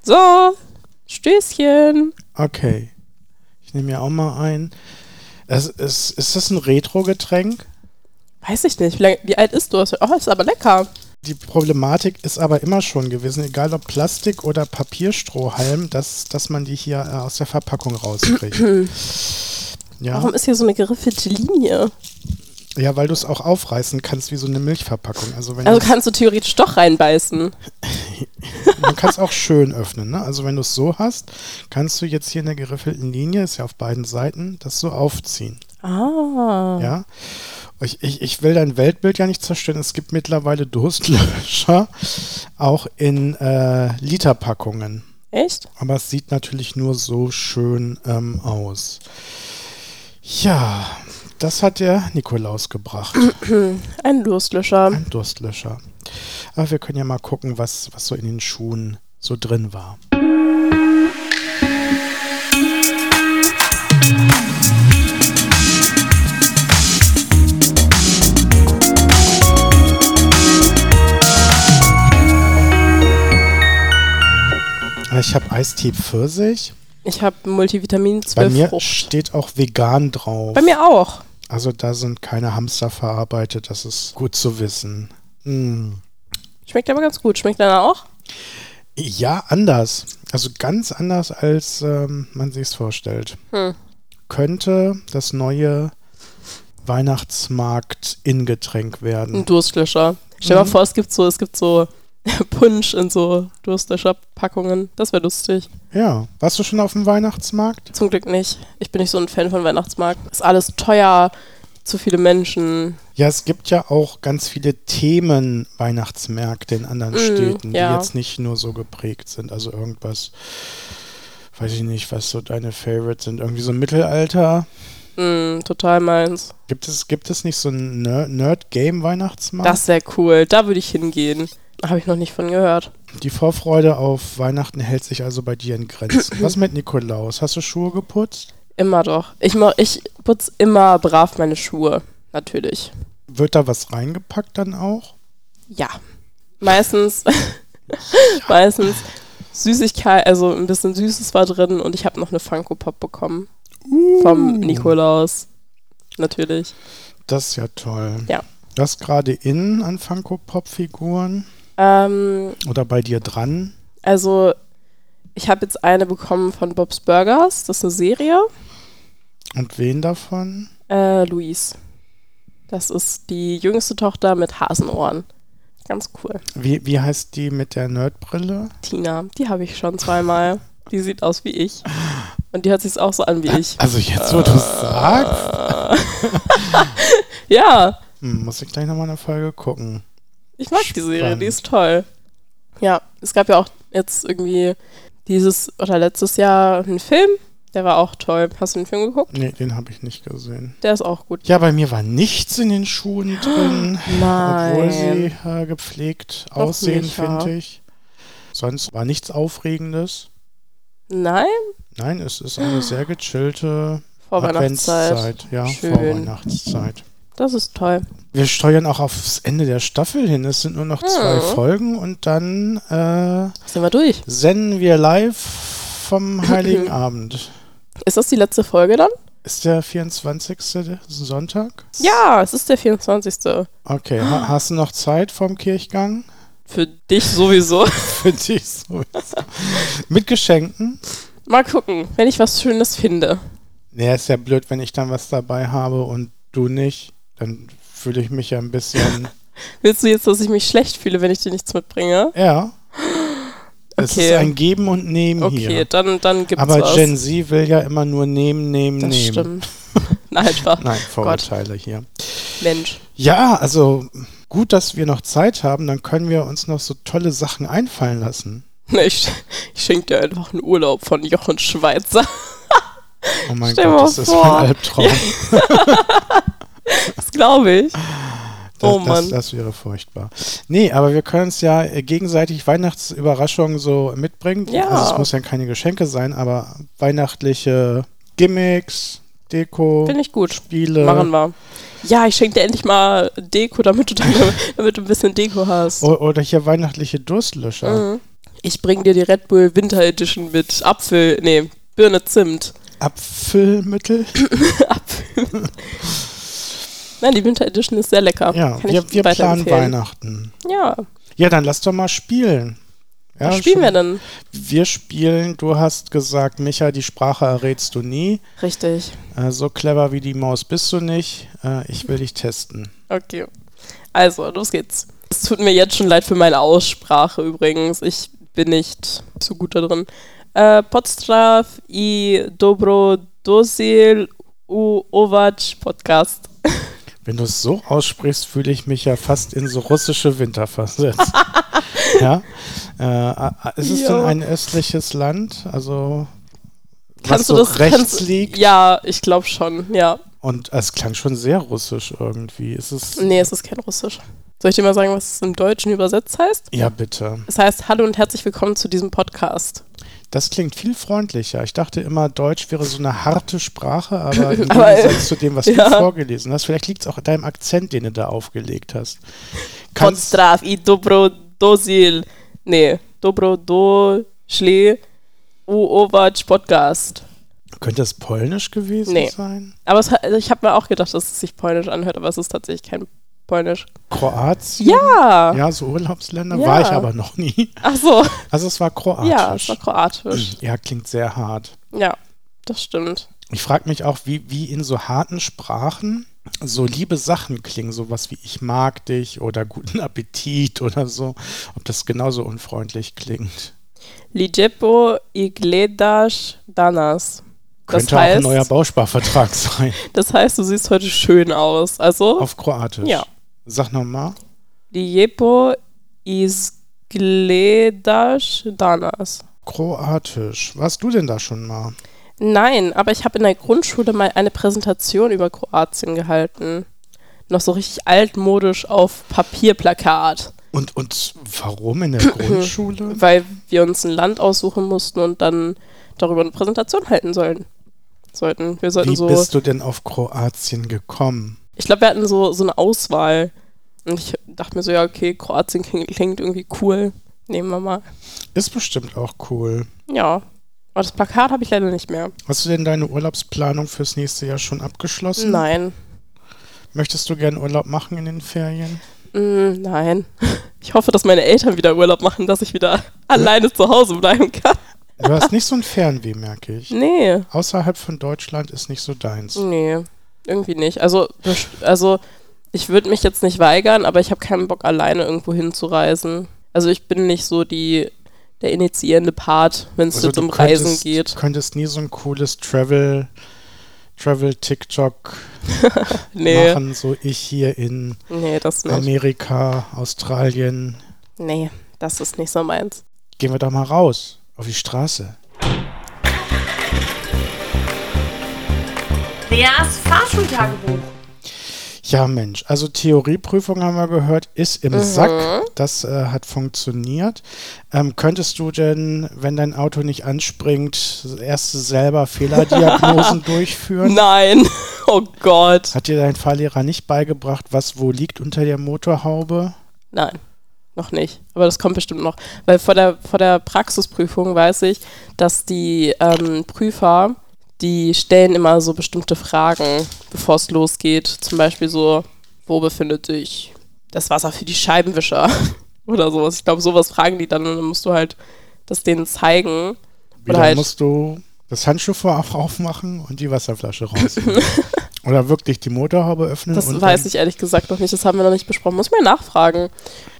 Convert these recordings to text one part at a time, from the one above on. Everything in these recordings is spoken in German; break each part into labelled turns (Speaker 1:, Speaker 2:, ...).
Speaker 1: So, Stößchen.
Speaker 2: Okay. Ich nehme ja auch mal ein. Das ist, ist das ein Retro-Getränk?
Speaker 1: Weiß ich nicht, wie, lang, wie alt ist du? Oh, ist aber lecker.
Speaker 2: Die Problematik ist aber immer schon gewesen, egal ob Plastik oder Papierstrohhalm, dass, dass man die hier äh, aus der Verpackung rauskriegt. ja.
Speaker 1: Warum ist hier so eine geriffelte Linie?
Speaker 2: ja, weil du es auch aufreißen kannst wie so eine Milchverpackung. Also wenn
Speaker 1: Also
Speaker 2: du-
Speaker 1: kannst du theoretisch doch reinbeißen.
Speaker 2: man kann es auch schön öffnen. Ne? Also wenn du es so hast, kannst du jetzt hier in der geriffelten Linie, ist ja auf beiden Seiten, das so aufziehen.
Speaker 1: Ah.
Speaker 2: Ja. Ich, ich, ich will dein Weltbild ja nicht zerstören. Es gibt mittlerweile Durstlöscher auch in äh, Literpackungen.
Speaker 1: Echt?
Speaker 2: Aber es sieht natürlich nur so schön ähm, aus. Ja, das hat der Nikolaus gebracht.
Speaker 1: Ein Durstlöscher.
Speaker 2: Ein Durstlöscher. Aber wir können ja mal gucken, was, was so in den Schuhen so drin war. Ich habe Eistee Pfirsich.
Speaker 1: Ich habe Multivitamin
Speaker 2: Bei
Speaker 1: 12
Speaker 2: mir
Speaker 1: Äh, Frucht.
Speaker 2: steht auch vegan drauf.
Speaker 1: Bei mir auch.
Speaker 2: Also da sind keine Hamster verarbeitet. Das ist gut zu wissen. Mm.
Speaker 1: Schmeckt aber ganz gut. Schmeckt deiner auch?
Speaker 2: Ja, anders. Also ganz anders, als ähm, man sich es vorstellt.
Speaker 1: Hm.
Speaker 2: Könnte das neue Weihnachtsmarkt-In-Getränk
Speaker 1: Ein
Speaker 2: werden.
Speaker 1: Durstlöscher. Stell dir
Speaker 2: Mhm.
Speaker 1: mal vor, es gibt so, es gibt so Punsch in so Durstlöscher-Packungen. Das wäre lustig.
Speaker 2: Ja. Warst du schon auf dem Weihnachtsmarkt?
Speaker 1: Zum Glück nicht. Ich bin nicht so ein Fan von Weihnachtsmarkt. Ist alles teuer, zu viele Menschen.
Speaker 2: Ja, es gibt ja auch ganz viele Themen Weihnachtsmärkte in anderen
Speaker 1: Mm,
Speaker 2: Städten, die
Speaker 1: ja.
Speaker 2: jetzt nicht nur so geprägt sind. Also irgendwas, weiß ich nicht, was so deine Favorites sind. Irgendwie so Mittelalter.
Speaker 1: Mm, total meins.
Speaker 2: Gibt es, gibt es nicht so einen Ner- Nerd-Game-Weihnachtsmarkt?
Speaker 1: Das wäre cool. Da würde ich hingehen. Habe ich noch nicht von gehört.
Speaker 2: Die Vorfreude auf Weihnachten hält sich also bei dir in Grenzen. Was mit Nikolaus? Hast du Schuhe geputzt?
Speaker 1: Immer doch. Ich, mach, ich putze immer brav meine Schuhe. Natürlich.
Speaker 2: Wird da was reingepackt dann auch?
Speaker 1: Ja. Meistens, meistens Süßigkeit, also ein bisschen Süßes war drin und ich habe noch eine Funko Pop bekommen. Vom Nikolaus. Natürlich.
Speaker 2: Das ist ja toll.
Speaker 1: Ja.
Speaker 2: Das gerade in an Funko-Pop-Figuren
Speaker 1: Ähm,
Speaker 2: oder bei dir dran?
Speaker 1: also, ich habe jetzt eine bekommen von Bob's Burgers. Das ist eine Serie.
Speaker 2: Und wen davon?
Speaker 1: Äh, Luis. Das ist die jüngste Tochter mit Hasenohren. Ganz cool.
Speaker 2: Wie, wie heißt die mit der Nerdbrille?
Speaker 1: Tina, die habe ich schon zweimal. Die sieht aus wie ich. Und die hört sich auch so an wie ich.
Speaker 2: Also jetzt, wo du sagst,
Speaker 1: Ja,
Speaker 2: hm, muss ich gleich nochmal eine Folge gucken.
Speaker 1: ich mag die Serie,
Speaker 2: Spannend.
Speaker 1: die ist toll. Ja, es gab ja auch jetzt irgendwie dieses oder letztes Jahr einen Film, der war auch toll. Hast du den Film geguckt?
Speaker 2: Nee, den habe ich nicht gesehen.
Speaker 1: Der ist auch gut.
Speaker 2: Ja, bei mir war nichts in den Schuhen drin. Obwohl
Speaker 1: Ah, Nein.
Speaker 2: sie äh, gepflegt
Speaker 1: Doch
Speaker 2: aussehen,
Speaker 1: nicht, ja.
Speaker 2: finde ich. Sonst war nichts Aufregendes.
Speaker 1: Nein?
Speaker 2: Nein, es ist eine sehr gechillte
Speaker 1: Vorweihnachtszeit.
Speaker 2: Adventszeit. Ja,
Speaker 1: Schön.
Speaker 2: Vorweihnachtszeit.
Speaker 1: Das ist toll.
Speaker 2: Wir steuern auch aufs Ende der Staffel hin. Es sind nur noch zwei
Speaker 1: Mhm.
Speaker 2: Folgen und dann äh,
Speaker 1: Sind wir durch.
Speaker 2: senden wir live vom Heiligen Abend.
Speaker 1: Ist das die letzte Folge dann?
Speaker 2: Ist der 24. Sonntag?
Speaker 1: Ja, es ist der 24.
Speaker 2: Okay, ha hast du noch Zeit vom Kirchgang?
Speaker 1: Für dich sowieso.
Speaker 2: Für dich so. Mit Geschenken?
Speaker 1: Mal gucken, wenn ich was Schönes finde.
Speaker 2: Naja, ist ja blöd, wenn ich dann was dabei habe und du nicht. Dann fühle ich mich ja ein bisschen.
Speaker 1: Willst du jetzt, dass ich mich schlecht fühle, wenn ich dir nichts mitbringe?
Speaker 2: ja. Es
Speaker 1: Okay.
Speaker 2: ist ein Geben und Nehmen
Speaker 1: Okay,
Speaker 2: hier.
Speaker 1: dann, dann gibt's
Speaker 2: Aber
Speaker 1: was.
Speaker 2: Gen Z will ja immer nur nehmen, nehmen,
Speaker 1: das
Speaker 2: nehmen.
Speaker 1: stimmt. Nein, Spaß.
Speaker 2: Nein, Vorurteile hier.
Speaker 1: Mensch.
Speaker 2: Ja, also gut, dass wir noch Zeit haben, dann können wir uns noch so tolle Sachen einfallen lassen.
Speaker 1: Ich, ich schenke dir einfach einen Urlaub von Jochen Schweizer.
Speaker 2: Oh mein
Speaker 1: Stell dir
Speaker 2: Gott,
Speaker 1: mal
Speaker 2: das ist
Speaker 1: vor.
Speaker 2: mein Albtraum.
Speaker 1: Das glaube ich.
Speaker 2: Das,
Speaker 1: Oh
Speaker 2: das,
Speaker 1: Mann.
Speaker 2: das wäre furchtbar. Nee, aber wir können uns ja äh, gegenseitig Weihnachtsüberraschungen so mitbringen.
Speaker 1: Ja.
Speaker 2: Also es muss ja keine Geschenke sein, aber weihnachtliche Gimmicks, Deko,
Speaker 1: Finde ich gut.
Speaker 2: Spiele.
Speaker 1: Machen wir. Ja, ich schenke dir endlich mal Deko, damit du, damit du ein bisschen Deko hast.
Speaker 2: Oh. O- Oder hier weihnachtliche Durstlöscher.
Speaker 1: Mhm. Ich bring dir die Red Bull Winter Edition mit Apfel, nee, Birne Zimt.
Speaker 2: Apfelmittel?
Speaker 1: Apfel. Nein, die Winter Edition ist sehr lecker.
Speaker 2: Ja,
Speaker 1: Kann
Speaker 2: wir,
Speaker 1: ich
Speaker 2: wir planen
Speaker 1: weiterempfehlen.
Speaker 2: Weihnachten.
Speaker 1: Ja,
Speaker 2: Ja, dann lass doch mal spielen. Ja,
Speaker 1: was spielen
Speaker 2: schon-
Speaker 1: wir denn?
Speaker 2: Wir spielen, du hast gesagt, Micha, die Sprache errätst du nie.
Speaker 1: Richtig.
Speaker 2: Äh, so clever wie die Maus bist du nicht. Äh, ich will dich testen.
Speaker 1: Okay. Also, los geht's. Es tut mir jetzt schon leid für meine Aussprache übrigens. Ich bin nicht so gut da drin. Äh, Podstrav i Dobro Dosil u Ovac Podcast.
Speaker 2: Wenn du es so aussprichst, fühle ich mich ja fast in so russische Winter versetzt. ja? äh, a- a- ist es
Speaker 1: Jo.
Speaker 2: denn ein östliches Land? Also, was
Speaker 1: Kannst du
Speaker 2: so
Speaker 1: das-
Speaker 2: rechts
Speaker 1: kannst-
Speaker 2: liegt?
Speaker 1: Ja, ich glaube schon, ja.
Speaker 2: Und es klang schon sehr russisch irgendwie. Ist es.
Speaker 1: Nee, es ist kein Russisch. Soll ich dir mal sagen, was es im Deutschen übersetzt heißt?
Speaker 2: Ja, bitte.
Speaker 1: Es heißt Hallo und herzlich willkommen zu diesem Podcast.
Speaker 2: Das klingt viel freundlicher. Ich dachte immer, Deutsch wäre so eine harte Sprache, aber im
Speaker 1: Aber, äh,
Speaker 2: Gegensatz zu dem, was
Speaker 1: ja.
Speaker 2: du vorgelesen hast, vielleicht liegt es auch an deinem Akzent, den du da aufgelegt hast. Kannst,
Speaker 1: Podstrav i Dobro Dosil. Nee, Dobro Došli u Ovac Podcast.
Speaker 2: könnte das polnisch gewesen
Speaker 1: Nee.
Speaker 2: sein?
Speaker 1: Aber es, hat- also ich habe mir auch gedacht, dass es sich polnisch anhört, aber es ist tatsächlich kein polnisch.
Speaker 2: Kroatien?
Speaker 1: Ja!
Speaker 2: Ja, so Urlaubsländer
Speaker 1: Ah. Ja.
Speaker 2: war ich aber noch nie.
Speaker 1: Ach so.
Speaker 2: Also es war
Speaker 1: Ja, es
Speaker 2: kroatisch.
Speaker 1: war kroatisch.
Speaker 2: ja klingt sehr hart.
Speaker 1: Ja, das stimmt.
Speaker 2: Ich frage mich auch, wie, wie in so harten Sprachen so liebe Sachen klingen, sowas wie ich mag dich oder guten Appetit oder so, ob das genauso unfreundlich klingt.
Speaker 1: Lijepo i gledaš danas. Das
Speaker 2: Könnte auch
Speaker 1: heißt,
Speaker 2: ein neuer Bausparvertrag sein.
Speaker 1: das heißt, du siehst heute schön aus. Also,
Speaker 2: Auf Kroatisch.
Speaker 1: Ja.
Speaker 2: Sag nochmal.
Speaker 1: Lijepo iz gledaš danas.
Speaker 2: Kroatisch. Warst du denn da schon mal?
Speaker 1: Nein, aber ich habe in der Grundschule mal eine Präsentation über Kroatien gehalten. Noch so richtig altmodisch auf Papierplakat.
Speaker 2: Und, und warum in der Grundschule?
Speaker 1: weil wir uns ein Land aussuchen mussten und dann darüber eine Präsentation halten sollen. Sollten. Wir sollten
Speaker 2: Wie
Speaker 1: so.
Speaker 2: bist du denn auf Kroatien gekommen?
Speaker 1: Ich glaube, wir hatten so, so eine Auswahl. Und ich dachte mir so, ja, okay, Kroatien klingt, klingt irgendwie cool. Nehmen wir mal.
Speaker 2: Ist bestimmt auch cool.
Speaker 1: Ja. Aber das Plakat habe ich leider nicht mehr.
Speaker 2: Hast du denn deine Urlaubsplanung fürs nächste Jahr schon abgeschlossen?
Speaker 1: Nein.
Speaker 2: Möchtest du gern Urlaub machen in den Ferien?
Speaker 1: Mm, nein. Ich hoffe, dass meine Eltern wieder Urlaub machen, dass ich wieder alleine zu Hause bleiben kann.
Speaker 2: Du hast nicht so ein Fernweh, merke ich.
Speaker 1: Nee.
Speaker 2: Außerhalb von Deutschland ist nicht so deins.
Speaker 1: Nee. Irgendwie nicht. Also, best- also ich würde mich jetzt nicht weigern, aber ich habe keinen Bock, alleine irgendwo hinzureisen. Also ich bin nicht so die, der initiierende Part, wenn es jetzt
Speaker 2: Also du
Speaker 1: um Reisen
Speaker 2: könntest-
Speaker 1: geht.
Speaker 2: könntest nie so ein cooles Travel, Travel TikTok
Speaker 1: Nee,
Speaker 2: machen, so ich hier in
Speaker 1: nee, das nicht.
Speaker 2: Amerika, Australien.
Speaker 1: Nee, das ist nicht so meins.
Speaker 2: Gehen wir doch mal raus auf die Straße.
Speaker 3: Leas Fahrschultagebuch.
Speaker 2: Ja, Mensch, also Theorieprüfung haben wir gehört, ist im Sack. Das äh, hat funktioniert. Ähm, könntest du denn, wenn dein Auto nicht anspringt, erst selber Fehlerdiagnosen durchführen?
Speaker 1: Nein, oh Gott.
Speaker 2: Hat dir dein Fahrlehrer nicht beigebracht, was wo liegt unter der Motorhaube?
Speaker 1: Nein, noch nicht. Aber das kommt bestimmt noch. Weil vor der, vor der Praxisprüfung weiß ich, dass die ähm, Prüfer, die stellen immer so bestimmte Fragen, bevor es losgeht. Zum Beispiel so, wo befindet sich das Wasser für die Scheibenwischer? Oder sowas. Ich glaube, sowas fragen die dann und dann musst du halt das denen zeigen.
Speaker 2: Wieder
Speaker 1: halt-
Speaker 2: musst du das Handschuhfach auch aufmachen und die Wasserflasche rausnehmen. Oder wirklich die Motorhaube öffnen
Speaker 1: Das
Speaker 2: und
Speaker 1: weiß
Speaker 2: dann-
Speaker 1: ich ehrlich gesagt noch nicht, das haben wir noch nicht besprochen. Muss ich mal nachfragen.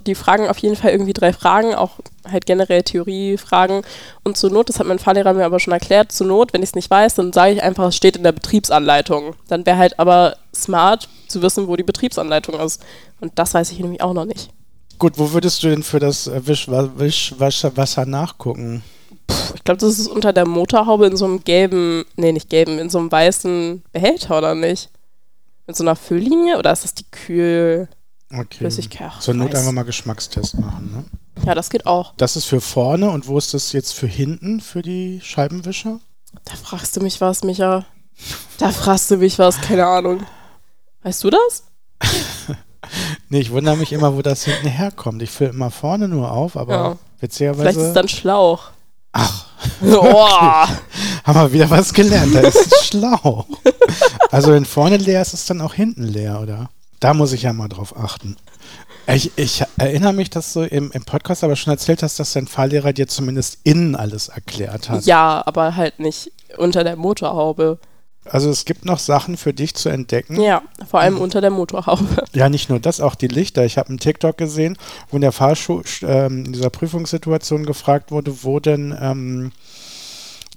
Speaker 1: Die fragen auf jeden Fall irgendwie drei Fragen, auch halt generell Theoriefragen. Und zur Not, das hat mein Fahrlehrer mir aber schon erklärt, zur Not, wenn ich es nicht weiß, dann sage ich einfach, es steht in der Betriebsanleitung. Dann wäre halt aber smart zu wissen, wo die Betriebsanleitung ist. Und das weiß ich nämlich auch noch nicht.
Speaker 2: Gut, wo würdest du denn für das äh, Wisch, Wa- Wisch, Wasser, Wasser nachgucken?
Speaker 1: Puh, ich glaube, das ist unter der Motorhaube in so einem gelben, nee, nicht gelben, in so einem weißen Behälter, oder nicht? Mit so einer Fülllinie? Oder ist das die Kühlflüssigkeit?
Speaker 2: Okay.
Speaker 1: Ach,
Speaker 2: Zur Not
Speaker 1: weiß.
Speaker 2: einfach mal Geschmackstest machen. Ne?
Speaker 1: Ja, das geht auch.
Speaker 2: Das ist für vorne und wo ist das jetzt für hinten für die Scheibenwischer?
Speaker 1: Da fragst du mich was, Micha. Da fragst du mich was, keine Ahnung. Weißt du das?
Speaker 2: Nee, ich wundere mich immer, wo das hinten herkommt. Ich fülle immer vorne nur auf, aber
Speaker 1: Ja. Vielleicht ist es
Speaker 2: Witzigerweise
Speaker 1: dann Schlauch.
Speaker 2: Ach.
Speaker 1: Oh,
Speaker 2: haben wir wieder was gelernt. Da ist ein Schlauch. Also wenn vorne leer ist, ist dann auch hinten leer, oder? Da muss ich ja mal drauf achten. Ich, ich erinnere mich, dass du im, im Podcast aber schon erzählt hast, dass dein Fahrlehrer dir zumindest innen alles erklärt hat.
Speaker 1: ja, aber halt nicht unter der Motorhaube.
Speaker 2: Also es gibt noch Sachen für dich zu entdecken.
Speaker 1: Ja, vor allem unter der Motorhaube.
Speaker 2: Ja, nicht nur das, auch die Lichter. Ich habe einen TikTok gesehen, wo in der Fahrschule ähm, in dieser Prüfungssituation gefragt wurde, wo denn ähm,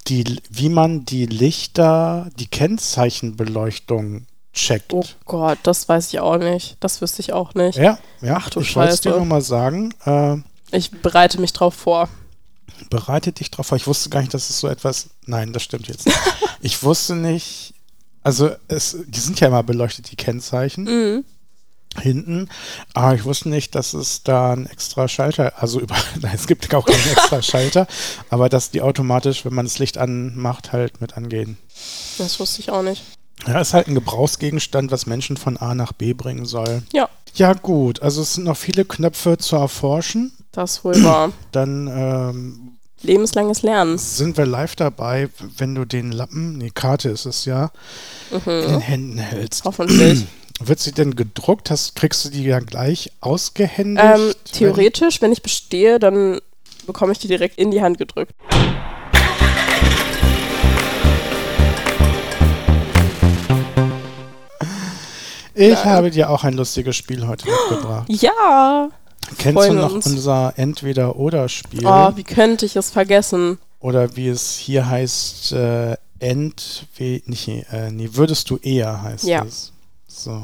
Speaker 2: die, wie man die Lichter, die Kennzeichenbeleuchtung checkt.
Speaker 1: Oh Gott, das weiß ich auch nicht. Das wüsste ich auch nicht.
Speaker 2: Ja, ja.
Speaker 1: Ach du
Speaker 2: ich wollte es dir
Speaker 1: Scheiße.
Speaker 2: nochmal sagen. Äh,
Speaker 1: Ich bereite mich drauf vor.
Speaker 2: bereite dich drauf vor. Ich wusste gar nicht, dass es so etwas. Nein, das stimmt jetzt nicht. ich wusste nicht. Also, es, die sind ja immer beleuchtet, die Kennzeichen.
Speaker 1: Mhm.
Speaker 2: hinten. Aber ich wusste nicht, dass es da einen extra Schalter, also über, nein, es gibt auch keinen extra Schalter, aber dass die automatisch, wenn man das Licht anmacht, halt mit angehen.
Speaker 1: Das wusste ich auch nicht.
Speaker 2: Ja, ist halt ein Gebrauchsgegenstand, was Menschen von A nach B bringen soll.
Speaker 1: Ja,
Speaker 2: Ja, gut, also es sind noch viele Knöpfe zu erforschen.
Speaker 1: das wohl war.
Speaker 2: Dann ähm,
Speaker 1: Lebenslanges Lernen.
Speaker 2: sind wir live dabei, wenn du den Lappen, nee, Karte ist es ja, in den Händen hältst.
Speaker 1: Mhm. Hoffentlich.
Speaker 2: Wird sie denn gedruckt? Hast, kriegst du die ja gleich ausgehändigt?
Speaker 1: Ähm,
Speaker 2: Wenn-
Speaker 1: theoretisch, wenn ich bestehe, dann bekomme ich die direkt in die Hand gedrückt.
Speaker 2: Ich habe dir auch ein lustiges Spiel heute mitgebracht.
Speaker 1: Ja!
Speaker 2: Kennst du
Speaker 1: freuen wir
Speaker 2: noch
Speaker 1: uns.
Speaker 2: unser Entweder-Oder-Spiel?
Speaker 1: Oh, wie könnte ich es vergessen?
Speaker 2: Oder wie es hier heißt, äh, entweder, nicht, äh, nee, würdest du eher heißt
Speaker 1: Ja.
Speaker 2: es. So.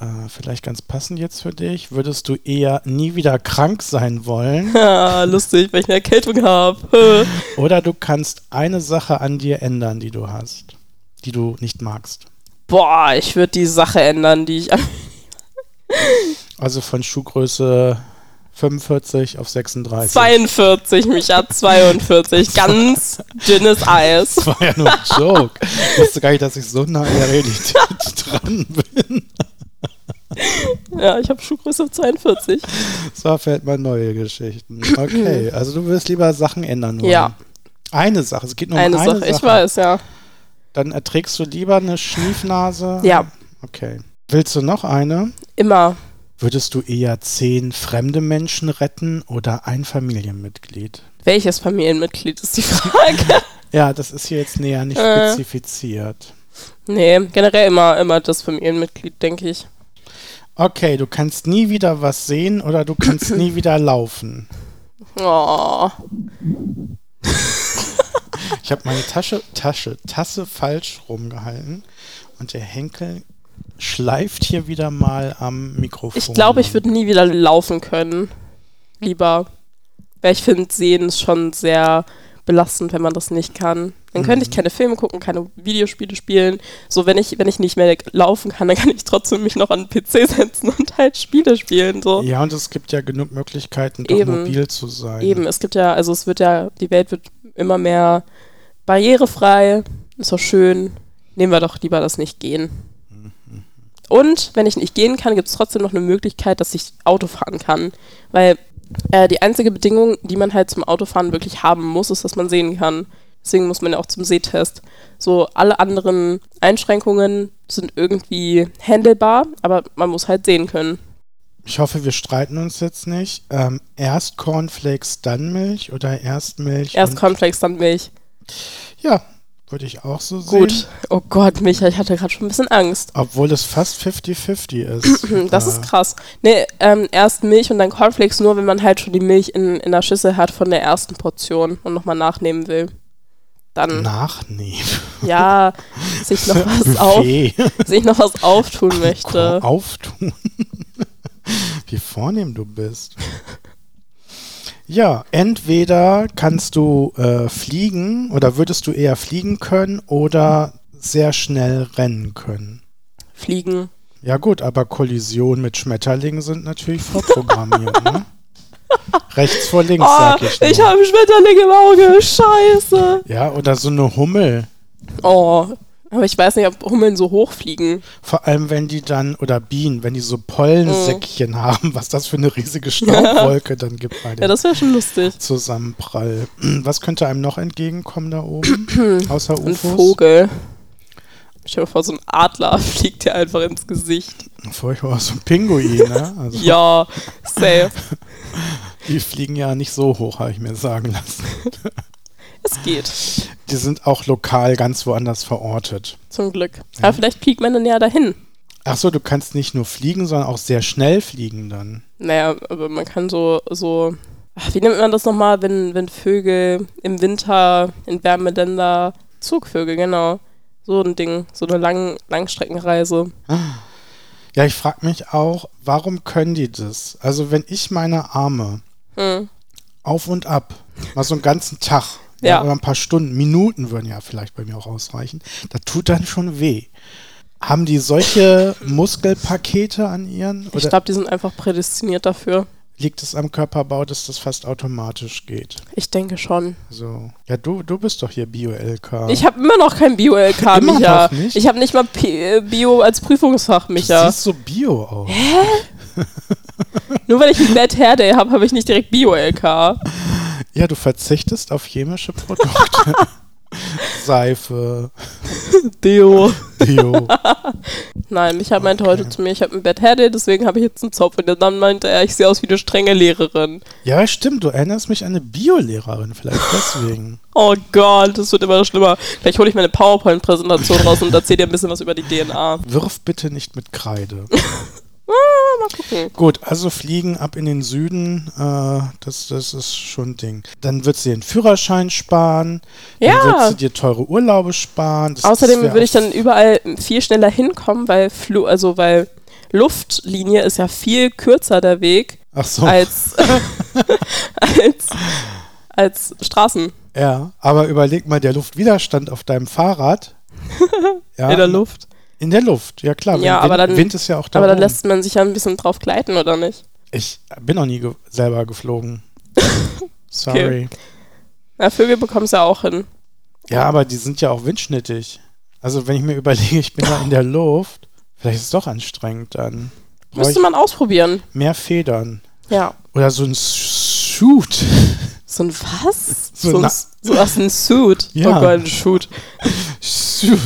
Speaker 2: Äh, vielleicht ganz passend jetzt für dich. Würdest du eher nie wieder krank sein wollen
Speaker 1: Ah, lustig, weil ich eine Erkältung habe.
Speaker 2: oder du kannst eine Sache an dir ändern, die du hast, die du nicht magst?
Speaker 1: Boah, ich würde die Sache ändern, die ich.
Speaker 2: Also von Schuhgröße 45 auf 36.
Speaker 1: 42, mich hat 42. Ganz dünnes Eis.
Speaker 2: war ja nur ein Joke. Ich wusste gar nicht, dass ich so nah an der Realität dran bin.
Speaker 1: Ja, ich habe Schuhgröße 42.
Speaker 2: So erfährt man neue Geschichten. Okay, also du willst lieber Sachen ändern wollen.
Speaker 1: Hm. Ja.
Speaker 2: Eine Sache, es geht nur
Speaker 1: Eine,
Speaker 2: um eine
Speaker 1: Sache, ich weiß, ja.
Speaker 2: Dann erträgst du lieber eine Schniefnase?
Speaker 1: Ja.
Speaker 2: Okay. Willst du noch eine?
Speaker 1: Immer.
Speaker 2: Würdest du eher zehn fremde Menschen retten oder ein Familienmitglied?
Speaker 1: Welches Familienmitglied ist die Frage?
Speaker 2: Ja, das ist hier jetzt näher nicht
Speaker 1: Äh.
Speaker 2: spezifiziert.
Speaker 1: nee, generell immer, immer das Familienmitglied, denke ich.
Speaker 2: Okay, du kannst nie wieder was sehen oder du kannst nie wieder laufen.
Speaker 1: Oh.
Speaker 2: Ich habe meine Tasche, Tasche, Tasse falsch rumgehalten und der Henkel schleift hier wieder mal am Mikrofon.
Speaker 1: Ich glaube, ich
Speaker 2: rum.
Speaker 1: würde nie wieder laufen können. Lieber. Weil ich finde, sehen ist schon sehr belastend, wenn man das nicht kann. Dann könnte ich keine Filme gucken, keine Videospiele spielen. So, wenn ich, wenn ich nicht mehr laufen kann, dann kann ich trotzdem mich noch an den PC setzen und halt Spiele spielen. So.
Speaker 2: Ja, und es gibt ja genug Möglichkeiten, doch
Speaker 1: Eben.
Speaker 2: mobil zu sein.
Speaker 1: Eben, es gibt ja, also es wird ja, die Welt wird immer mehr barrierefrei, ist doch schön. Nehmen wir doch lieber das nicht gehen. Und wenn ich nicht gehen kann, gibt es trotzdem noch eine Möglichkeit, dass ich Auto fahren kann. Weil äh, die einzige Bedingung, die man halt zum Autofahren wirklich haben muss, ist, dass man sehen kann. Deswegen muss man ja auch zum Sehtest. So, alle anderen Einschränkungen sind irgendwie handelbar, aber man muss halt sehen können.
Speaker 2: Ich hoffe, wir streiten uns jetzt nicht. Ähm, erst Cornflakes, dann Milch oder erst Milch?
Speaker 1: Erst
Speaker 2: und-
Speaker 1: Cornflakes, dann Milch.
Speaker 2: Ja, würde ich auch so sehen.
Speaker 1: Gut. Oh Gott, Micha, ich hatte gerade schon ein bisschen Angst.
Speaker 2: Obwohl es fast 50-50 ist.
Speaker 1: Hm, Das
Speaker 2: Äh,
Speaker 1: ist krass. Nee, ähm, erst Milch und dann Cornflakes, nur wenn man halt schon die Milch in, in der Schüssel hat von der ersten Portion und nochmal nachnehmen will. Dann,
Speaker 2: Nachnehmen.
Speaker 1: ja, sich noch was, auf,
Speaker 2: Buffet.
Speaker 1: sich noch was auftun möchte.
Speaker 2: auftun. Wie vornehm du bist. Ja, entweder kannst du äh, fliegen oder würdest du eher fliegen können oder sehr schnell rennen können.
Speaker 1: Fliegen.
Speaker 2: Ja gut, aber Kollisionen mit Schmetterlingen sind natürlich vorprogrammiert. ne? Rechts vor links,
Speaker 1: Oh,
Speaker 2: sag ich.
Speaker 1: ich,
Speaker 2: nur.
Speaker 1: habe Schmetterling im Auge. Scheiße.
Speaker 2: ja, oder so eine Hummel.
Speaker 1: Oh, Aber ich weiß nicht, ob Hummeln so hoch fliegen.
Speaker 2: Vor allem, wenn die dann, oder Bienen, wenn die so Pollensäckchen haben, was das für eine riesige Staubwolke dann gibt bei dem
Speaker 1: Mhm. Ja, das wäre schon lustig.
Speaker 2: Zusammenprall. Was könnte einem noch entgegenkommen da oben? Außer
Speaker 1: Ein
Speaker 2: UFOs?
Speaker 1: Vogel. Ich stell mir vor, so ein Adler fliegt dir einfach ins Gesicht.
Speaker 2: Furchtbar, so ein Pinguin, ne? Also,
Speaker 1: Ja, safe.
Speaker 2: Die fliegen ja nicht so hoch, habe ich mir sagen lassen.
Speaker 1: Es geht.
Speaker 2: Die sind auch lokal ganz woanders verortet.
Speaker 1: Zum Glück. Aber vielleicht fliegt man dann ja dahin.
Speaker 2: Ach so, du kannst nicht nur fliegen, sondern auch sehr schnell fliegen dann.
Speaker 1: Naja, aber man kann so, so. Ach, wie nennt man das nochmal, wenn, wenn Vögel im Winter in Wärmeländer Zugvögel, genau. So ein Ding, so eine Lang Langstreckenreise.
Speaker 2: Ja, ich frage mich auch, warum können die das? Also wenn ich meine Arme
Speaker 1: Hm.
Speaker 2: auf und ab, mal so einen ganzen Tag
Speaker 1: Ja.
Speaker 2: oder ein paar Stunden, Minuten würden ja vielleicht bei mir auch ausreichen, da tut dann schon weh. Haben die solche Muskelpakete an ihren?
Speaker 1: Ich
Speaker 2: Oder
Speaker 1: glaube, die sind einfach prädestiniert dafür.
Speaker 2: liegt es am Körperbau, dass das fast automatisch geht?
Speaker 1: Ich denke schon.
Speaker 2: So. Ja, du, du bist doch hier Bio-LK.
Speaker 1: Ich habe immer noch kein Bio-LK,
Speaker 2: Immer noch
Speaker 1: Micha.
Speaker 2: nicht?
Speaker 1: Ich habe nicht mal P äh, Bio als Prüfungsfach,
Speaker 2: du
Speaker 1: Micha.
Speaker 2: siehst so Bio aus.
Speaker 1: Nur weil ich einen Bad Hair Day habe, habe ich nicht direkt Bio-LK.
Speaker 2: Ja, du verzichtest auf chemische Produkte. Seife,
Speaker 1: Deo.
Speaker 2: Bio.
Speaker 1: Nein, Micha meinte heute zu mir, ich habe einen Bad Hair Day, deswegen habe ich jetzt einen Zopf. Und dann meinte er, ich sehe aus wie eine strenge Lehrerin.
Speaker 2: Ja, stimmt, du erinnerst mich an eine Bio-Lehrerin, vielleicht deswegen.
Speaker 1: Oh Gott, das wird immer schlimmer. Vielleicht hole ich meine PowerPoint-Präsentation raus und erzähle dir ein bisschen was über die DNA.
Speaker 2: Wirf bitte nicht mit Kreide.
Speaker 1: Ah, mal gucken.
Speaker 2: Gut, also fliegen ab in den Süden, äh, das, das ist schon ein Ding. Dann wird sie den Führerschein sparen,
Speaker 1: Ja.
Speaker 2: dann wird sie dir teure Urlaube sparen. Das,
Speaker 1: Außerdem
Speaker 2: das wär
Speaker 1: würde ich
Speaker 2: auch-
Speaker 1: dann überall viel schneller hinkommen, weil Flu also weil Luftlinie ist ja viel kürzer der Weg
Speaker 2: Ach so,
Speaker 1: als, als, als Straßen
Speaker 2: ja. Aber überleg mal, der Luftwiderstand auf deinem Fahrrad. Ja,
Speaker 1: in der Luft.
Speaker 2: In der Luft, ja klar.
Speaker 1: Ja,
Speaker 2: Wind,
Speaker 1: aber dann-
Speaker 2: Wind ist ja auch da.
Speaker 1: Aber dann
Speaker 2: oben.
Speaker 1: lässt man sich ja ein bisschen drauf gleiten, oder nicht?
Speaker 2: Ich bin noch nie ge selber geflogen. Sorry.
Speaker 1: Na, Vögel bekommst ja auch hin.
Speaker 2: Ja, aber die sind ja auch windschnittig. Also wenn ich mir überlege, ich bin da in der Luft, vielleicht ist es doch anstrengend dann. Brauche ich
Speaker 1: Müsste man ausprobieren.
Speaker 2: mehr Federn.
Speaker 1: Ja.
Speaker 2: Oder so ein Shoot.
Speaker 1: So ein was?
Speaker 2: So
Speaker 1: So, ein,
Speaker 2: na-
Speaker 1: so was ein Suit.
Speaker 2: Ja.
Speaker 1: Oh Gott, ein Shoot.
Speaker 2: Shoot.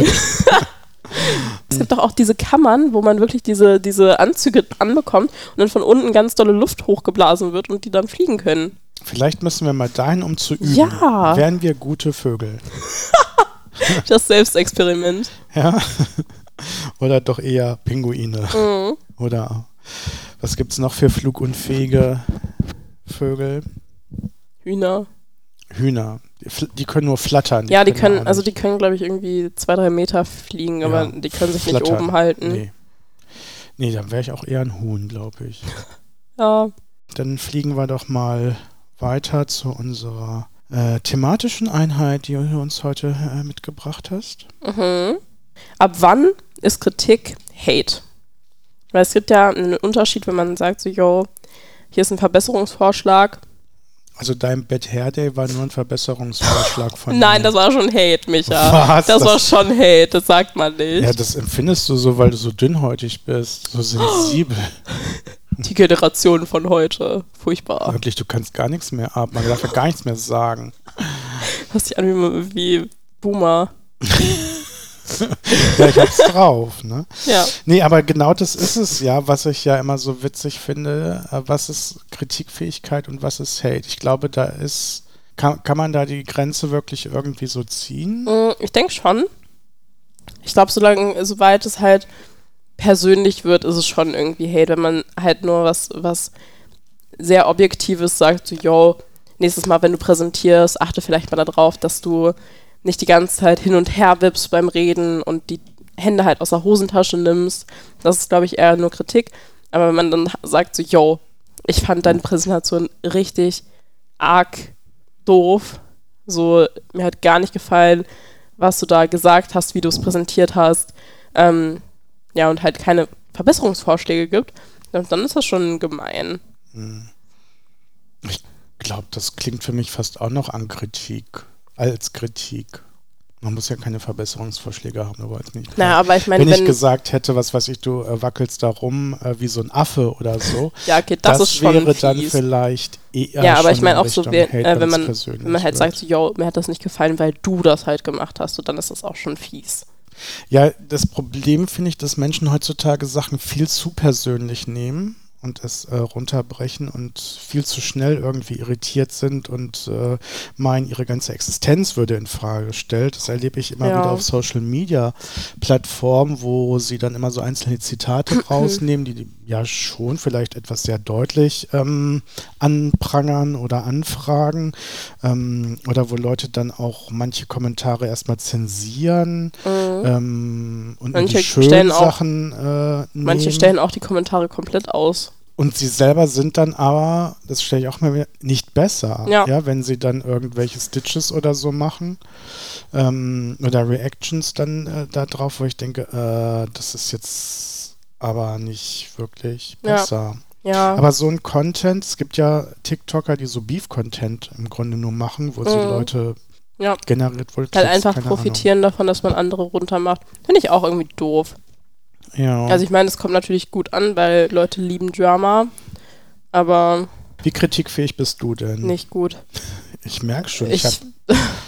Speaker 1: Es gibt doch auch diese Kammern, wo man wirklich diese, diese Anzüge anbekommt und dann von unten ganz dolle Luft hochgeblasen wird und die dann fliegen können.
Speaker 2: Vielleicht müssen wir mal dahin, um zu üben.
Speaker 1: Ja.
Speaker 2: Wären wir gute Vögel.
Speaker 1: Das Selbstexperiment.
Speaker 2: Ja. Oder doch eher Pinguine. Oder was gibt's noch für flugunfähige Vögel?
Speaker 1: Hühner.
Speaker 2: Hühner. Die fl- Die können nur flattern.
Speaker 1: ja, die können,
Speaker 2: auch
Speaker 1: also die
Speaker 2: nicht-
Speaker 1: können, glaube ich, irgendwie zwei, drei Meter fliegen, aber
Speaker 2: Ja,
Speaker 1: die können sich nicht
Speaker 2: flattern.
Speaker 1: oben halten.
Speaker 2: Nee. Nee, dann wäre ich auch eher ein Huhn, glaube ich.
Speaker 1: Ja.
Speaker 2: Dann fliegen wir doch mal weiter zu unserer äh, thematischen Einheit, die du uns heute äh, mitgebracht hast.
Speaker 1: Mhm. Ab wann ist Kritik Hate? Weil es gibt ja einen Unterschied, wenn man sagt, so, yo, hier ist ein Verbesserungsvorschlag.
Speaker 2: Also dein Bad Hair Day war nur ein Verbesserungsvorschlag von
Speaker 1: Nein,
Speaker 2: mir.
Speaker 1: das war schon Hate, Micha.
Speaker 2: Was?
Speaker 1: Das war
Speaker 2: Das-
Speaker 1: schon Hate, das sagt man nicht.
Speaker 2: Ja, das empfindest du so, weil du so dünnhäutig bist, so sensibel.
Speaker 1: Die Generation von heute. Furchtbar.
Speaker 2: Wirklich, du kannst gar nichts mehr ab. Man darf ja gar nichts mehr sagen.
Speaker 1: Hörst dich an wie, wie Boomer.
Speaker 2: Ja, ich hab's drauf, ne?
Speaker 1: Ja.
Speaker 2: Nee, aber genau das ist es ja, was ich ja immer so witzig finde. äh, Was ist Kritikfähigkeit und was ist Hate? Ich glaube, da ist. Kann, kann man da die Grenze wirklich irgendwie so ziehen?
Speaker 1: Mm, Ich denke schon. Ich glaube, solange, soweit es halt persönlich wird, ist es schon irgendwie Hate, wenn man halt nur was, was sehr Objektives sagt, so, yo, nächstes Mal, wenn du präsentierst, achte vielleicht mal darauf, dass du nicht die ganze Zeit hin und her wippst beim Reden und die Hände halt aus der Hosentasche nimmst. Das ist, glaube ich, eher nur Kritik. Aber wenn man dann sagt, so, yo, ich fand deine Präsentation richtig arg doof, so, mir hat gar nicht gefallen, was du da gesagt hast, wie du es präsentiert hast, ähm, ja, und halt keine Verbesserungsvorschläge gibt, dann- dann ist das schon gemein.
Speaker 2: Ich glaube, das klingt für mich fast auch noch an Kritik, als Kritik. Man muss ja keine Verbesserungsvorschläge haben, aber jetzt nicht.
Speaker 1: Naja, aber ich meine,
Speaker 2: wenn,
Speaker 1: wenn.
Speaker 2: ich gesagt hätte, was weiß ich, du äh, wackelst da rum äh, wie so ein Affe oder so,
Speaker 1: ja, okay, das, ist schon
Speaker 2: wäre
Speaker 1: fies.
Speaker 2: dann vielleicht eher
Speaker 1: Ja, aber
Speaker 2: schon
Speaker 1: ich meine
Speaker 2: in
Speaker 1: auch so,
Speaker 2: Richtung
Speaker 1: wer-
Speaker 2: Hate,
Speaker 1: äh, wenn
Speaker 2: wenn's
Speaker 1: man-
Speaker 2: persönlich
Speaker 1: Wenn man halt
Speaker 2: wird.
Speaker 1: sagt, so, yo, mir hat das nicht gefallen, weil du das halt gemacht hast, so, dann ist das auch schon fies.
Speaker 2: Ja, das Problem finde ich, dass Menschen heutzutage Sachen viel zu persönlich nehmen und es äh, runterbrechen und viel zu schnell irgendwie irritiert sind und äh, meinen, ihre ganze Existenz würde in Frage gestellt. Das erlebe ich immer
Speaker 1: Ja.
Speaker 2: wieder auf Social Media Plattformen, wo sie dann immer so einzelne Zitate rausnehmen, die, die ja schon vielleicht etwas sehr deutlich ähm, anprangern oder anfragen ähm, oder wo Leute dann auch manche Kommentare erstmal zensieren. Ähm, und nur
Speaker 1: Mhm. Manche
Speaker 2: die schönen
Speaker 1: stellen auch-
Speaker 2: Sachen äh,
Speaker 1: Manche
Speaker 2: nehmen.
Speaker 1: stellen auch die Kommentare komplett aus.
Speaker 2: Und sie selber sind dann aber, das stelle ich auch mal wieder, nicht besser.
Speaker 1: Ja.
Speaker 2: wenn sie dann irgendwelche Stitches oder so machen ähm, oder Reactions dann äh, da drauf, wo ich denke, äh, das ist jetzt aber nicht wirklich
Speaker 1: Ja.
Speaker 2: besser.
Speaker 1: Ja. halt
Speaker 2: Aber so ein Content, es gibt ja TikToker, die so Beef-Content im Grunde nur machen, wo sie
Speaker 1: Mhm.
Speaker 2: Leute
Speaker 1: Ja.
Speaker 2: generiert wohl
Speaker 1: halt
Speaker 2: Klicks,
Speaker 1: einfach
Speaker 2: keine
Speaker 1: profitieren davon, dass man andere runtermacht. Finde ich auch irgendwie doof.
Speaker 2: Ahnung. Ja.
Speaker 1: Also ich meine, es kommt natürlich gut an, weil Leute lieben Drama, aber
Speaker 2: Wie kritikfähig bist du denn?
Speaker 1: nicht gut.
Speaker 2: Ich merke schon, Hm.
Speaker 1: Ich,
Speaker 2: ich, habe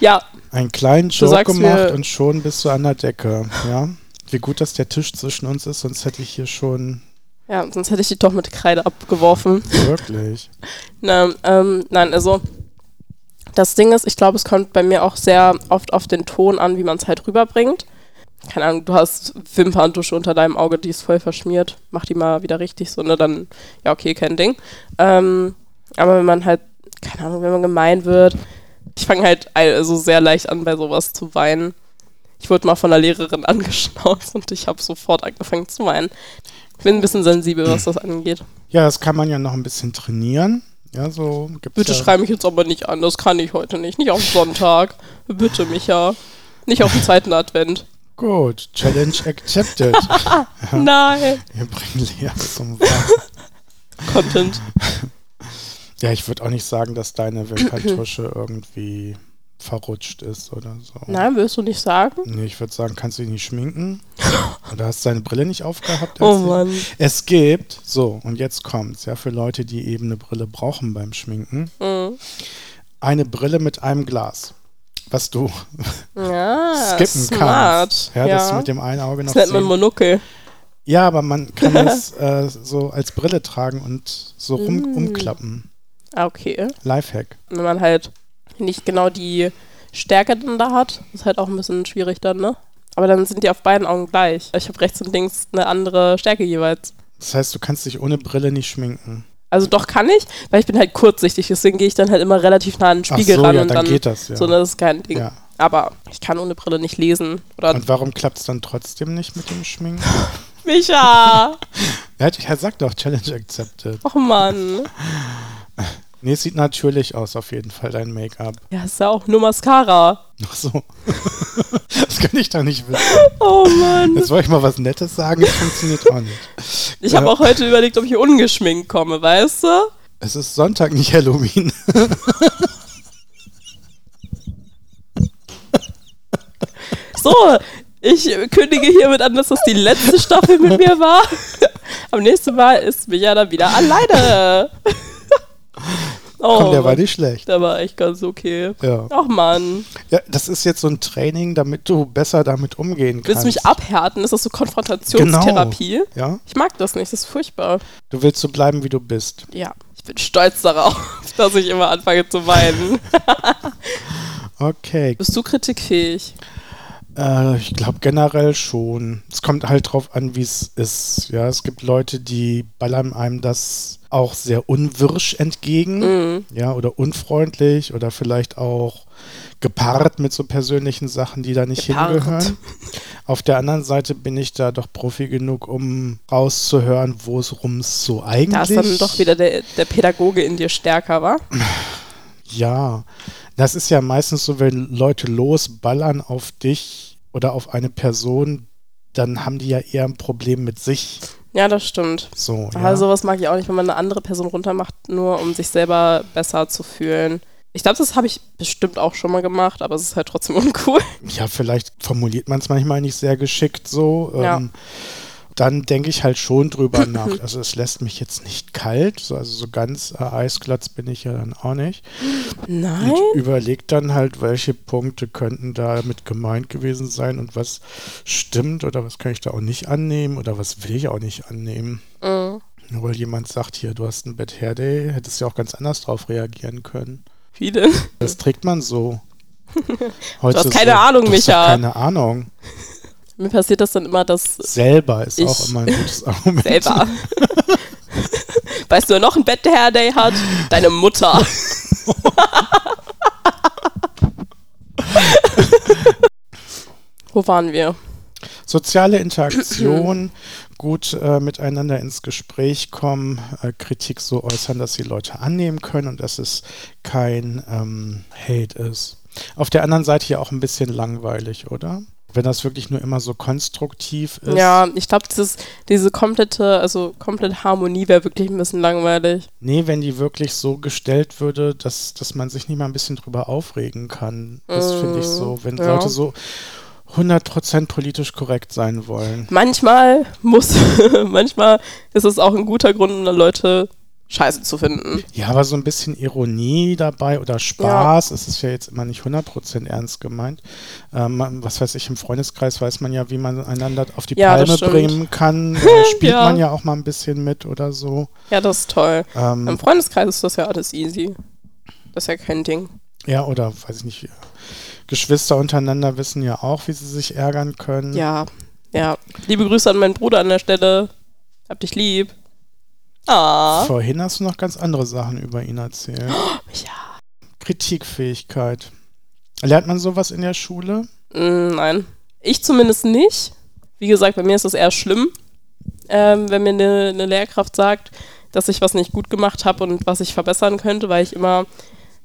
Speaker 1: ja,
Speaker 2: einen kleinen Joke
Speaker 1: sagst
Speaker 2: gemacht
Speaker 1: mir-
Speaker 2: und schon bist du an der Decke. Ja? Wie gut, dass der Tisch zwischen uns ist, sonst hätte ich hier schon
Speaker 1: ja, sonst hätte ich die doch mit Kreide abgeworfen.
Speaker 2: wirklich.
Speaker 1: Na, ähm, nein, also das Ding ist, ich glaube, es kommt bei mir auch sehr oft auf den Ton an, wie man es halt rüberbringt. Keine Ahnung, du hast Wimperntusche unter deinem Auge, die ist voll verschmiert, mach die mal wieder richtig, so, ne, dann, ja, okay, kein Ding. Ähm, aber wenn man halt, keine Ahnung, wenn man gemein wird, ich fange halt also sehr leicht an, bei sowas zu weinen. Ich wurde mal von der Lehrerin angeschnauzt und ich habe sofort angefangen zu weinen. Ich bin ein bisschen sensibel, was das angeht.
Speaker 2: Ja, das kann man ja noch ein bisschen trainieren. Ja, so gibt's
Speaker 1: Bitte
Speaker 2: ja.
Speaker 1: schrei mich jetzt aber nicht an, das kann ich heute nicht. Nicht auf Sonntag. Bitte, Micha. Nicht auf den zweiten Advent.
Speaker 2: Gut, Challenge accepted.
Speaker 1: Nein.
Speaker 2: Wir bringen Lea zum Wahnsinn.
Speaker 1: Content.
Speaker 2: Ja, ich würde auch nicht sagen, dass deine Wimperntusche irgendwie verrutscht ist oder so.
Speaker 1: Nein, willst du nicht sagen?
Speaker 2: Nee, ich würde sagen, kannst du dich nicht schminken? Oder hast du deine Brille nicht aufgehabt?
Speaker 1: Oh
Speaker 2: als ich-
Speaker 1: Mann.
Speaker 2: Es gibt, so, und jetzt kommt's, ja, für Leute, die eben eine Brille brauchen beim Schminken,
Speaker 1: Mhm.
Speaker 2: eine Brille mit einem Glas, was du
Speaker 1: Ja,
Speaker 2: skippen
Speaker 1: Ah, smart.
Speaker 2: kannst.
Speaker 1: Ja,
Speaker 2: Ja, dass du
Speaker 1: das,
Speaker 2: mit dem einen Auge noch
Speaker 1: nennt man
Speaker 2: sehen.
Speaker 1: Monokel.
Speaker 2: Ja, aber man kann es äh, so als Brille tragen und so
Speaker 1: Mm.
Speaker 2: rum, umklappen.
Speaker 1: Ah, okay.
Speaker 2: Lifehack.
Speaker 1: Wenn man halt nicht genau die Stärke dann da hat, ist halt auch ein bisschen schwierig dann, ne? Aber dann sind die auf beiden Augen gleich. Ich habe rechts und links eine andere Stärke jeweils.
Speaker 2: Das heißt, du kannst dich ohne Brille nicht schminken.
Speaker 1: Also doch kann ich, weil ich bin halt kurzsichtig, deswegen gehe ich dann halt immer relativ nah an den
Speaker 2: Ach
Speaker 1: Spiegel
Speaker 2: so,
Speaker 1: ran
Speaker 2: ja,
Speaker 1: und
Speaker 2: dann
Speaker 1: dann
Speaker 2: geht das, ja.
Speaker 1: So, das ist kein Ding.
Speaker 2: Ja.
Speaker 1: Aber ich kann ohne Brille nicht lesen. Oder
Speaker 2: Und warum klappt es dann trotzdem nicht mit dem Schminken?
Speaker 1: Micha!
Speaker 2: Ja, ich sag doch, Challenge accepted.
Speaker 1: Och Mann.
Speaker 2: Nee, es sieht natürlich aus, auf jeden Fall, dein Make-up.
Speaker 1: Ja, ist ja auch nur Mascara.
Speaker 2: Ach so. das kann ich doch nicht wissen.
Speaker 1: Oh Mann.
Speaker 2: Jetzt wollte ich mal was Nettes sagen, das funktioniert auch nicht.
Speaker 1: Ich habe
Speaker 2: Äh,
Speaker 1: auch heute überlegt, ob ich ungeschminkt komme, weißt du?
Speaker 2: Es ist Sonntag, nicht Halloween.
Speaker 1: So, ich kündige hiermit an, dass das die letzte Staffel mit mir war. Am nächsten Mal ist Micha dann wieder alleine. Oh,
Speaker 2: Komm, der war
Speaker 1: Mann.
Speaker 2: nicht schlecht.
Speaker 1: Der war echt ganz okay.
Speaker 2: Ja.
Speaker 1: Och Mann.
Speaker 2: ja. Das ist jetzt so ein Training, damit du besser damit umgehen
Speaker 1: Willst
Speaker 2: kannst.
Speaker 1: du mich abhärten? Ist das so
Speaker 2: Genau.
Speaker 1: Konfrontationstherapie?
Speaker 2: Ja?
Speaker 1: Ich mag das nicht, das ist furchtbar.
Speaker 2: Du willst so bleiben, wie du bist.
Speaker 1: Ja, ich bin stolz darauf, dass ich immer anfange zu weinen.
Speaker 2: Okay.
Speaker 1: Bist du kritikfähig?
Speaker 2: Äh, ich glaube generell schon. Es kommt halt drauf an, wie es ist. Ja, es gibt Leute, die ballern einem das auch sehr unwirsch entgegen.
Speaker 1: Mhm.
Speaker 2: Ja, oder unfreundlich oder vielleicht auch gepaart mit so persönlichen Sachen, die da nicht
Speaker 1: Gepaart.
Speaker 2: hingehören. Auf der anderen Seite bin ich da doch Profi genug, um rauszuhören, wo es rum so eigentlich
Speaker 1: Da ist dann doch wieder der, der Pädagoge in dir stärker, war?
Speaker 2: Ja, das ist ja meistens so, wenn Leute losballern auf dich oder auf eine Person, dann haben die ja eher ein Problem mit sich.
Speaker 1: Ja, das stimmt.
Speaker 2: So, ja.
Speaker 1: Also Aber sowas mag ich auch nicht, wenn man eine andere Person runtermacht, nur um sich selber besser zu fühlen. Ich glaube, das habe ich bestimmt auch schon mal gemacht, aber es ist halt trotzdem uncool.
Speaker 2: Ja, vielleicht formuliert man es manchmal nicht sehr geschickt so. Ähm,
Speaker 1: Ja.
Speaker 2: Dann denke ich halt schon drüber nach. Also es lässt mich jetzt nicht kalt, so, also so ganz äh, eisglatz bin ich ja dann auch nicht.
Speaker 1: Nein.
Speaker 2: Und überlege dann halt, welche Punkte könnten damit gemeint gewesen sein und was stimmt oder was kann ich da auch nicht annehmen oder was will ich auch nicht annehmen.
Speaker 1: Mhm.
Speaker 2: Nur weil jemand sagt, hier, du hast ein Bad Hair Day, hättest du ja auch ganz anders drauf reagieren können.
Speaker 1: Wie denn?
Speaker 2: Das trägt man so.
Speaker 1: hast
Speaker 2: Heute
Speaker 1: keine Ahnung,
Speaker 2: du hast
Speaker 1: Micha.
Speaker 2: doch Keine Ahnung.
Speaker 1: Mir passiert das dann immer, dass
Speaker 2: Selber ist
Speaker 1: Ich-
Speaker 2: auch immer ein gutes Argument.
Speaker 1: selber. weißt du, wer noch ein Bad Hair Day hat? Deine Mutter. Wo waren wir?
Speaker 2: Soziale Interaktion, gut äh, miteinander ins Gespräch kommen, äh, Kritik so äußern, dass die Leute annehmen können und dass es kein ähm, Hate ist. Auf der anderen Seite ja auch ein bisschen langweilig, oder? Wenn das wirklich nur immer so konstruktiv ist.
Speaker 1: Ja, ich glaube, diese komplette, also komplette Harmonie wäre wirklich ein bisschen langweilig.
Speaker 2: Nee, wenn die wirklich so gestellt würde, dass, dass man sich nicht mal ein bisschen drüber aufregen kann. Das finde ich so. Wenn
Speaker 1: Äh, ja.
Speaker 2: Leute so 100% politisch korrekt sein wollen.
Speaker 1: Manchmal muss, manchmal ist es auch ein guter Grund, um dann Leute scheiße zu finden.
Speaker 2: Ja, aber so ein bisschen Ironie dabei oder Spaß, es ist ja jetzt immer nicht 100% ernst gemeint. Ähm, man- was weiß ich, im Freundeskreis weiß man ja, wie man einander auf die
Speaker 1: Ja,
Speaker 2: Palme
Speaker 1: das stimmt.
Speaker 2: bringen kann. Da spielt
Speaker 1: Ja.
Speaker 2: man ja auch mal ein bisschen mit oder so.
Speaker 1: Ja, das ist toll.
Speaker 2: Ähm,
Speaker 1: Im Freundeskreis ist das ja alles easy. Das ist ja kein Ding.
Speaker 2: ja, oder weiß ich nicht, Geschwister untereinander wissen ja auch, wie sie sich ärgern können.
Speaker 1: Ja, ja. Liebe Grüße an meinen Bruder an der Stelle. Hab dich lieb. Ah.
Speaker 2: Vorhin hast du noch ganz andere Sachen über ihn erzählt.
Speaker 1: Ja.
Speaker 2: Kritikfähigkeit. Lernt man sowas in der Schule?
Speaker 1: Mm, nein. Ich zumindest nicht. Wie gesagt, bei mir ist das eher schlimm, ähm, wenn mir eine eine Lehrkraft sagt, dass ich was nicht gut gemacht habe und was ich verbessern könnte, weil ich immer,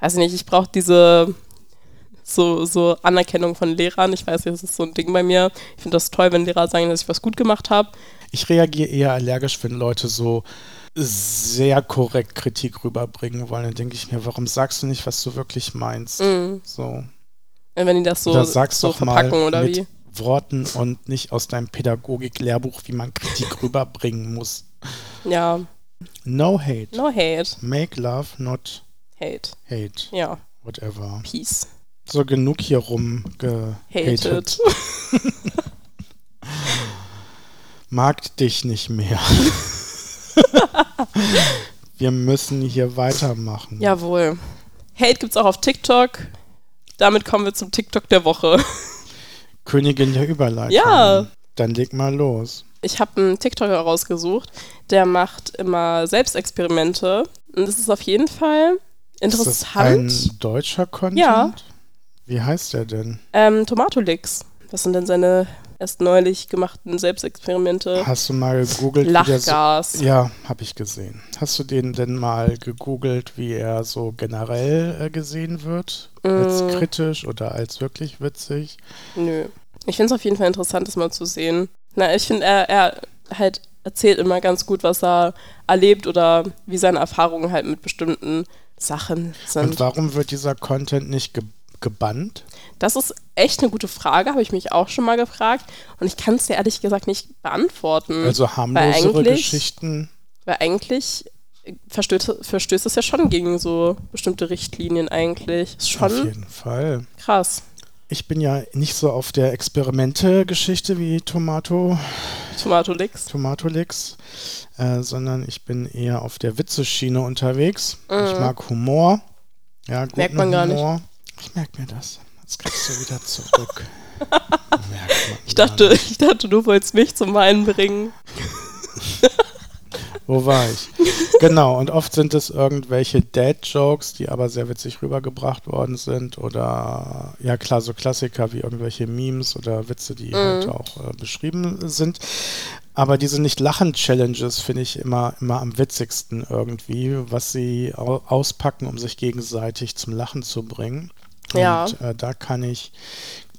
Speaker 1: weiß ich nicht, ich brauche diese so, so Anerkennung von Lehrern. Ich weiß, das ist so ein Ding bei mir. Ich finde das toll, wenn Lehrer sagen, dass ich was gut gemacht habe.
Speaker 2: Ich reagiere eher allergisch, wenn Leute so sehr korrekt Kritik rüberbringen wollen. Dann denke ich mir, warum sagst du nicht, was du wirklich meinst?
Speaker 1: Mm.
Speaker 2: So.
Speaker 1: Wenn die das so,
Speaker 2: oder sag's
Speaker 1: so
Speaker 2: doch mal
Speaker 1: verpacken oder
Speaker 2: mit
Speaker 1: wie.
Speaker 2: Worten und nicht aus deinem Pädagogik-Lehrbuch, wie man Kritik rüberbringen muss.
Speaker 1: Ja,
Speaker 2: No hate.
Speaker 1: no hate.
Speaker 2: Make love, not
Speaker 1: Hate.
Speaker 2: hate.
Speaker 1: Ja,
Speaker 2: Whatever.
Speaker 1: peace.
Speaker 2: So genug hier rumgehatet.
Speaker 1: Hated.
Speaker 2: mag dich nicht mehr. Wir müssen hier weitermachen.
Speaker 1: Jawohl. Hate gibt's auch auf TikTok. Damit kommen wir zum TikTok der Woche.
Speaker 2: Königin der Überleitung.
Speaker 1: Ja.
Speaker 2: Dann leg mal los.
Speaker 1: Ich habe einen TikToker rausgesucht, der macht immer Selbstexperimente. Und das ist auf jeden Fall
Speaker 2: Ist das ein
Speaker 1: interessant.
Speaker 2: deutscher Content?
Speaker 1: Ja.
Speaker 2: Wie heißt der denn?
Speaker 1: Ähm, Tomatolix. Was sind denn seine erst neulich gemachten Selbstexperimente?
Speaker 2: Hast du mal gegoogelt, wie der Halt so.
Speaker 1: Lachgas.
Speaker 2: Ja, habe ich gesehen. Hast du den denn mal gegoogelt, wie er so generell äh, gesehen wird? Als
Speaker 1: Mm.
Speaker 2: kritisch oder als wirklich witzig?
Speaker 1: Nö. Ich finde es auf jeden Fall interessant, das mal zu sehen. Na, ich finde, er, er halt erzählt immer ganz gut, was er erlebt oder wie seine Erfahrungen halt mit bestimmten Sachen sind.
Speaker 2: Und warum wird dieser Content nicht ge gebannt?
Speaker 1: Das ist echt eine gute Frage, habe ich mich auch schon mal gefragt. Und ich kann es dir ehrlich gesagt nicht beantworten.
Speaker 2: Also harmlosere
Speaker 1: Hm. eigentlich-
Speaker 2: Geschichten.
Speaker 1: weil eigentlich verstößt, verstößt das ja schon gegen so bestimmte Richtlinien eigentlich. Ist
Speaker 2: Auf
Speaker 1: schon
Speaker 2: jeden Fall.
Speaker 1: krass.
Speaker 2: Ich bin ja nicht so auf der Experimente-Geschichte wie Tomato,
Speaker 1: Tomatolix.
Speaker 2: Tomatolix, äh, sondern ich bin eher auf der Witzeschiene unterwegs. Ich mag Humor. Ja, guten
Speaker 1: Mhm. Merkt man gar nicht.
Speaker 2: Humor. Ich merke mir das. Das kriegst du wieder zurück. Merkt man
Speaker 1: Ich dachte, ich dachte, du wolltest mich zum Weinen bringen.
Speaker 2: Wo war ich? genau, und oft sind es irgendwelche Dad-Jokes, die aber sehr witzig rübergebracht worden sind. Oder ja klar, so Klassiker wie irgendwelche Memes oder Witze, die halt auch äh, beschrieben sind. Aber diese Nicht-Lachen-Challenges finde ich immer, immer am witzigsten irgendwie, was sie au auspacken, um sich gegenseitig zum Lachen zu bringen.
Speaker 1: Ja.
Speaker 2: Und äh, da kann ich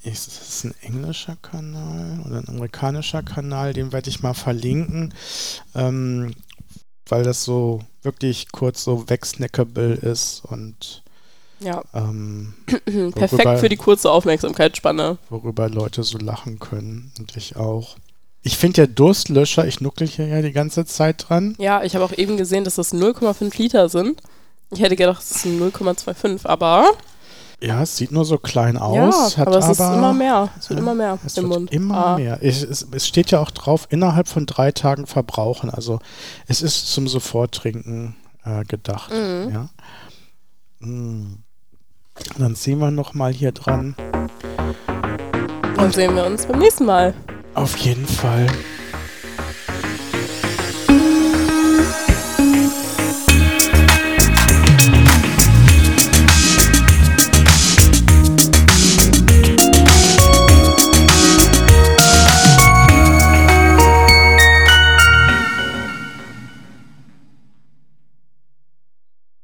Speaker 2: ist das ein englischer Kanal oder ein amerikanischer Kanal? Den werde ich mal verlinken, ähm, weil das so wirklich kurz so wegsnackable ist und
Speaker 1: Ja.
Speaker 2: Ähm,
Speaker 1: Mhm, Perfekt für die kurze Aufmerksamkeitsspanne.
Speaker 2: worüber Leute so lachen können. Und ich auch. Ich finde der Durstlöscher, ich nuckel hier ja die ganze Zeit dran.
Speaker 1: Ja, ich habe auch eben gesehen, dass das 0,5 Liter sind. Ich hätte gedacht, es sind 0,25, aber
Speaker 2: Ja, es sieht nur so klein aus.
Speaker 1: ja,
Speaker 2: hat
Speaker 1: aber es ist immer mehr. Es wird
Speaker 2: Ja,
Speaker 1: immer mehr
Speaker 2: Es
Speaker 1: im
Speaker 2: wird
Speaker 1: Mund.
Speaker 2: immer
Speaker 1: Ah,
Speaker 2: mehr. Ich, es, es steht ja auch drauf, innerhalb von drei Tagen verbrauchen. Also es ist zum Soforttrinken äh, gedacht.
Speaker 1: Mhm.
Speaker 2: Ja. Mm. Dann ziehen wir nochmal hier dran.
Speaker 1: Dann sehen wir uns beim nächsten Mal.
Speaker 2: Auf jeden Fall.